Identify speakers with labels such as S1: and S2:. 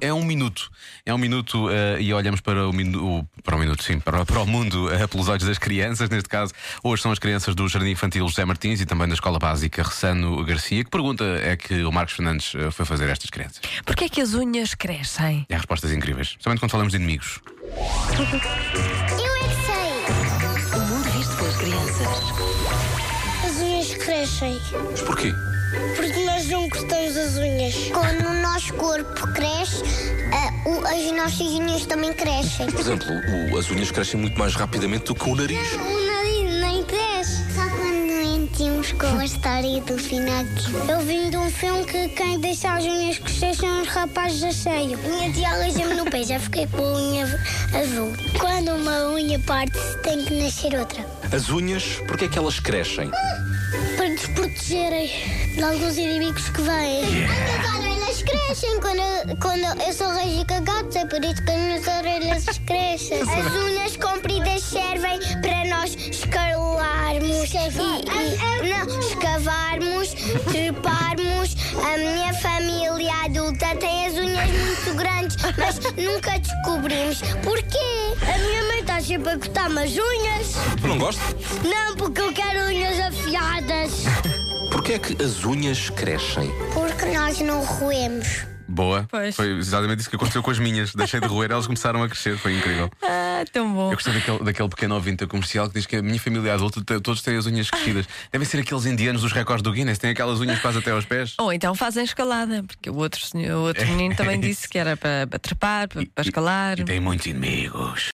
S1: é um minuto. É um minuto eh, e olhamos para o, minu- o- para o minuto, sim, para, para o mundo eh, pelos olhos das crianças. Neste caso, hoje são as crianças do Jardim Infantil José Martins e também da Escola Básica Ressano Garcia. Que pergunta é que o Marcos Fernandes eh, foi fazer a estas crianças?
S2: Porquê é que as unhas crescem?
S1: E há respostas incríveis, somente quando falamos de inimigos.
S3: Eu é que sei.
S4: O mundo visto pelas crianças.
S3: As unhas crescem.
S1: Mas porquê?
S3: Porque nós não cortamos as unhas. Quando o nosso corpo cresce, a- o- as nossas unhas também crescem.
S5: Por exemplo, o- as unhas crescem muito mais rapidamente do que o nariz.
S3: O nariz nem cresce. Só quando mentimos com a história do Finaki. Eu vim de um filme que quem deixa as unhas crescer são os rapazes da cheia. Minha tia aleijou-me no pé, já fiquei com a unha azul. Quando uma unha parte-se, tem que nascer outra.
S5: As unhas, porquê é que elas crescem?
S3: para nos protegerem de alguns inimigos que vêm. As minhas orelhas crescem quando, eu- quando eu sou alérgica a gatos, é por isso que as minhas orelhas crescem. As unhas compridas servem para nós escalarmos e, e- não, escavarmos, treparmos. A minha família adulta tem as unhas muito grandes, mas nunca descobrimos porquê. A minha mãe está sempre a cortar-me as unhas.
S5: Tu não gosto?
S3: Não, porque eu quero unhas afiadas.
S5: Porquê é que as unhas crescem?
S3: Porque nós não roemos.
S1: Boa.
S2: Pois.
S1: Foi exatamente isso que aconteceu com as minhas. Deixei de roer, elas começaram a crescer, foi incrível.
S2: Ah, tão bom.
S1: Eu gostei daquele, daquele pequeno ouvinte comercial que diz que a minha família adulta te- todos têm as unhas crescidas.
S2: Ah.
S1: Devem ser aqueles indianos dos recordes do Guinness, têm aquelas unhas quase até aos pés.
S2: Ou então fazem escalada, porque o outro, senhor- o outro menino também disse que era para, para trepar, para, para escalar.
S1: E tem muitos inimigos.